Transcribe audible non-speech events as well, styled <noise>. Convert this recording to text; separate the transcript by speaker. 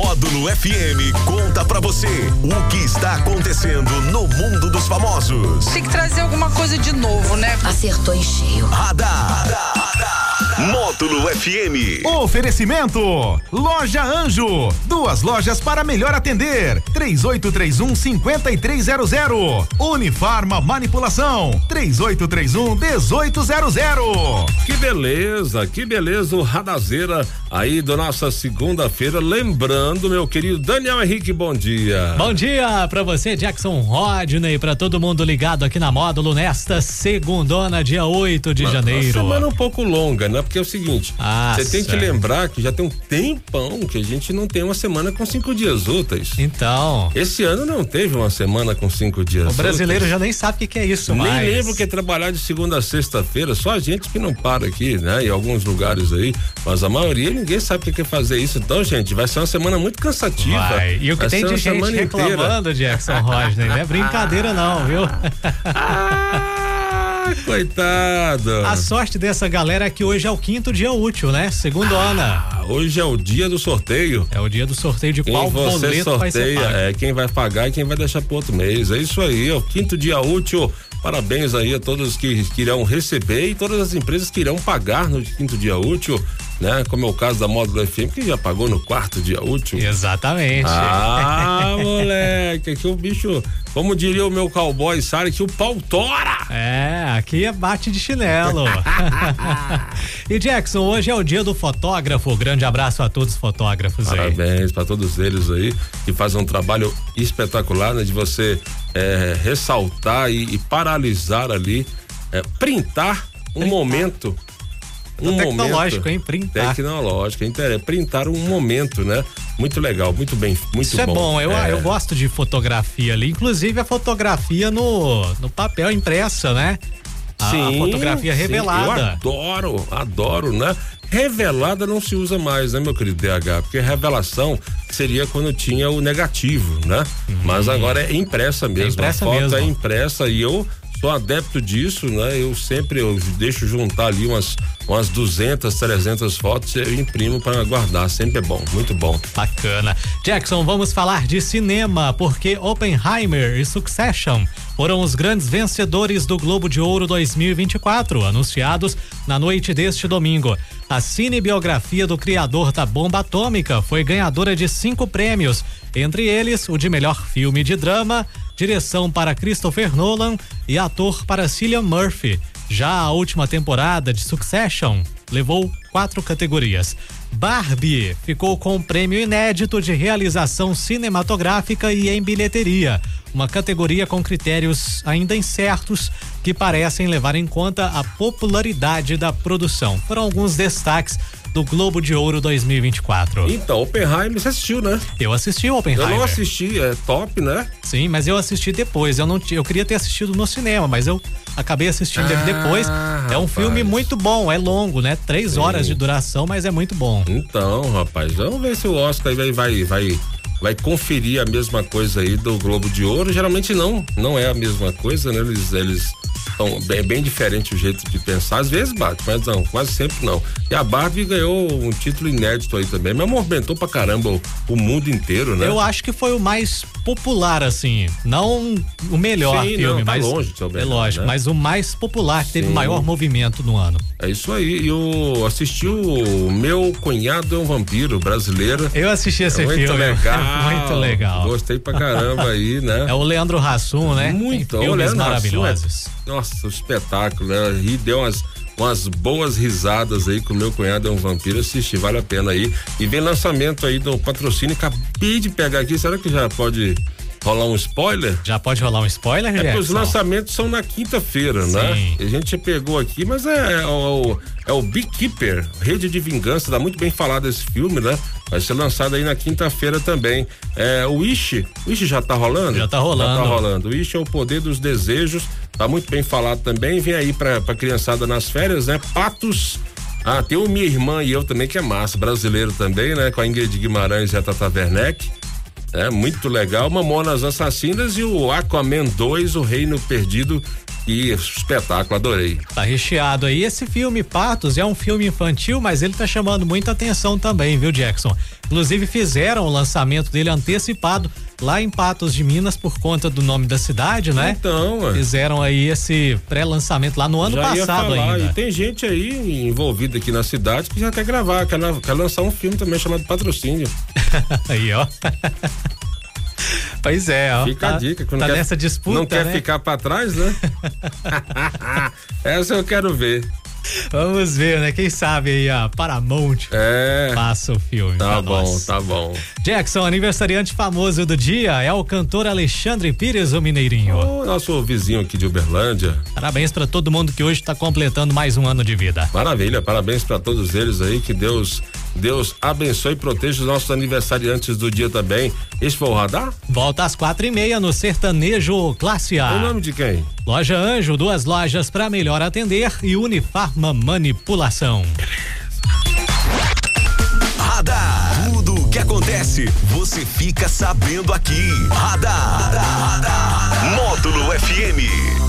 Speaker 1: Módulo FM conta para você o que está acontecendo no mundo dos famosos.
Speaker 2: Tem que trazer alguma coisa de novo, né?
Speaker 3: Acertou em cheio.
Speaker 1: Radar. Módulo FM.
Speaker 4: Oferecimento: Loja Anjo. Duas lojas para melhor atender. 3831-5300. Unifarma Manipulação. 3831-1800.
Speaker 5: Que beleza, que beleza o Radazeira aí da nossa segunda-feira. Lembrando, meu querido Daniel Henrique, bom dia.
Speaker 6: Bom dia pra você, Jackson Rodney, pra todo mundo ligado aqui na Módulo nesta segundona, dia 8 de
Speaker 5: Uma
Speaker 6: janeiro.
Speaker 5: semana um pouco longa, né? Porque é o seguinte,
Speaker 6: Ah,
Speaker 5: você tem que
Speaker 6: certo.
Speaker 5: lembrar que já tem um tempão que a gente não tem uma semana com cinco dias úteis.
Speaker 6: Então,
Speaker 5: Esse ano não teve uma semana com cinco dias
Speaker 6: o brasileiro
Speaker 5: úteis.
Speaker 6: já nem sabe o que, que é isso
Speaker 5: Nem
Speaker 6: mais.
Speaker 5: lembro que é trabalhar de segunda a sexta-feira, só a gente que não para aqui, né? Em alguns lugares aí, mas a maioria ninguém sabe o que que é fazer isso. Então, gente, vai ser uma semana muito cansativa.
Speaker 6: Vai. E o que
Speaker 5: Vai
Speaker 6: tem
Speaker 5: ser
Speaker 6: de
Speaker 5: uma
Speaker 6: gente
Speaker 5: semana inteira.
Speaker 6: reclamando, Jackson Rodney, não é brincadeira não, viu?
Speaker 5: Ah, coitado.
Speaker 6: A sorte dessa galera é que hoje é o quinto dia útil, né? Segundona.
Speaker 5: Ah, Hoje é o dia do sorteio.
Speaker 6: É o dia do sorteio de
Speaker 5: Quem
Speaker 6: qual
Speaker 5: você
Speaker 6: boleto vai ser
Speaker 5: sorteia
Speaker 6: pago.
Speaker 5: é quem vai pagar e quem vai deixar pro outro mês. É isso aí, é o quinto dia útil. Parabéns aí a todos que, que irão receber e todas as empresas que irão pagar no quinto dia útil, né? Como é o caso da Módulo FM, que já pagou no quarto dia útil.
Speaker 6: É. Exatamente.
Speaker 5: Ah, moleque, aqui o bicho, como diria o meu cowboy Sara, que o pau tora!
Speaker 6: É, aqui é bate de chinelo.
Speaker 5: <laughs>
Speaker 6: e Jackson, hoje é o dia do fotógrafo. Grande abraço a todos os fotógrafos aí.
Speaker 5: Parabéns para todos eles aí que fazem um trabalho espetacular, né? De você eh, ressaltar e, e paralisar ali, eh, printar um momento. Um
Speaker 6: É tecnológico,
Speaker 5: momento,
Speaker 6: hein? Printar.
Speaker 5: Tecnológico, inter- é printar um momento, né? Muito legal, muito bem, muito
Speaker 6: Isso é bom, eu,
Speaker 5: É.
Speaker 6: eu gosto de fotografia ali, inclusive a fotografia no, no papel impressa, né? A fotografia
Speaker 5: sim, eu
Speaker 6: revelada.
Speaker 5: adoro, adoro, né? Revelada não se usa mais, né, meu querido DH? Porque revelação seria quando tinha o negativo, né? Mas agora é impressa mesmo.
Speaker 6: Uhum. impressa
Speaker 5: a foto
Speaker 6: mesmo.
Speaker 5: é impressa e eu sou adepto disso, né? Eu sempre eu deixo juntar ali umas umas 200, 300 fotos e eu imprimo para guardar, sempre é bom, muito bom.
Speaker 6: Bacana. Jackson, vamos falar de cinema, porque Oppenheimer e Succession foram os grandes vencedores do Globo de Ouro 2024, anunciados na noite deste domingo. A cinebiografia do criador da bomba atômica foi ganhadora de cinco prêmios, entre eles o de melhor filme de drama, direção para Christopher Nolan e ator para Cillian Murphy. Já a última temporada de Succession levou quatro categorias. Barbie ficou com o prêmio inédito de realização cinematográfica e em bilheteria, uma categoria com critérios ainda incertos que parecem levar em conta a popularidade da produção. Foram alguns destaques do Globo de Ouro 2024.
Speaker 5: Então, Oppenheimer, você assistiu, né?
Speaker 6: Eu assisti o
Speaker 5: Eu
Speaker 6: Uhum. Oppenheimer.
Speaker 5: não assisti, é top, né?
Speaker 6: Sim, mas eu assisti depois. Eu não ti- eu queria ter assistido no cinema, mas eu acabei assistindo
Speaker 5: Ah,
Speaker 6: depois. É um
Speaker 5: rapaz.
Speaker 6: filme muito bom, é longo, né? Três horas de duração, mas é muito bom.
Speaker 5: Então, rapaz, vamos ver se o Oscar vai vai vai vai conferir a mesma coisa aí do Globo de Ouro. Geralmente não, não é a mesma coisa, né? Eles eles são bem, bem diferente o jeito de pensar. Às vezes bate, mas não, quase sempre não. E a Barbie ganhou um título inédito aí também, mas movimentou pra caramba o, o mundo inteiro, né?
Speaker 6: Eu acho que foi o mais popular, assim. Não o melhor
Speaker 5: Sim,
Speaker 6: filme,
Speaker 5: não, tá
Speaker 6: mas.
Speaker 5: longe de ser o melhor,
Speaker 6: é lógico,
Speaker 5: né?
Speaker 6: mas o mais popular, que teve o maior movimento no ano.
Speaker 5: É isso aí. Eu assisti o Meu Cunhado é um Vampiro brasileiro.
Speaker 6: Eu assisti esse
Speaker 5: É muito
Speaker 6: filme.
Speaker 5: legal.
Speaker 6: né? <laughs> Muito legal.
Speaker 5: Gostei pra caramba aí, né?
Speaker 6: É o Leandro Hassum, né?
Speaker 5: Muito,
Speaker 6: Tem
Speaker 5: olha,
Speaker 6: filmes
Speaker 5: Ana Sua-
Speaker 6: maravilhosos.
Speaker 5: Nossa, um espetáculo, né? E deu umas, umas boas risadas aí com o meu cunhado é um vampiro. Assisti, vale a pena aí. E vem lançamento aí do patrocínio. Acabei de pegar aqui. Será que já pode rolar um spoiler?
Speaker 6: Já pode rolar um spoiler,
Speaker 5: É porque os
Speaker 6: Jackson?
Speaker 5: lançamentos são na quinta-feira, né?
Speaker 6: Sim.
Speaker 5: A gente pegou aqui, mas é, é o, é o Beekeeper, Rede de Vingança, tá muito bem falado esse filme, né? Vai ser lançado aí na quinta-feira também. É, o Ishi, o Ishi já tá rolando?
Speaker 6: Já tá rolando.
Speaker 5: Já tá rolando. O Ishi é o poder dos desejos, tá muito bem falado também. Vem aí pra, pra criançada nas férias, né? Patos. Ah, tem o Minha Irmã e Eu também, que é massa, brasileiro também, né? Com a Ingrid Guimarães e a Tata Werneck. É muito legal. Mamonas Assassinas e o Aquaman 2, O Reino Perdido, Que espetáculo, adorei.
Speaker 6: Tá recheado aí. Esse filme, Patos, é um filme infantil, mas ele tá chamando muita atenção também, viu, Jackson? Inclusive, fizeram o lançamento dele antecipado lá em Patos de Minas por conta do nome da cidade, né?
Speaker 5: Então, ué.
Speaker 6: Fizeram aí esse pré-lançamento lá no ano
Speaker 5: Já ia
Speaker 6: passado
Speaker 5: falar,
Speaker 6: ainda.
Speaker 5: E tem gente aí envolvida aqui na cidade que já quer gravar, quer, la- quer lançar um filme também chamado Patrocínio.
Speaker 6: <laughs> Aí, ó. pois é, ó.
Speaker 5: Fica
Speaker 6: tá,
Speaker 5: a dica. que
Speaker 6: Tá nessa disputa,
Speaker 5: Não quer
Speaker 6: né?
Speaker 5: ficar pra trás, né? <laughs> Essa eu quero ver.
Speaker 6: Vamos ver, né? Quem sabe aí a Paramount
Speaker 5: É.
Speaker 6: passa o filme
Speaker 5: Tá
Speaker 6: pra
Speaker 5: bom,
Speaker 6: nós.
Speaker 5: tá bom.
Speaker 6: Jackson, aniversariante famoso do dia é o cantor Alexandre Pires, o Mineirinho.
Speaker 5: O nosso vizinho aqui de Uberlândia.
Speaker 6: Parabéns pra todo mundo que hoje tá completando mais um ano de vida.
Speaker 5: Maravilha, parabéns pra todos eles aí, que Deus Deus abençoe e proteja os nossos aniversariantes do dia também. Esse foi o radar?
Speaker 6: Volta às quatro e meia no Sertanejo Classe
Speaker 5: O
Speaker 6: A.
Speaker 5: nome de quem?
Speaker 6: Loja Anjo, duas lojas pra melhor atender e Unifarma Manipulação.
Speaker 1: Radar. Tudo o que acontece, você fica sabendo aqui. Radar. Módulo FM.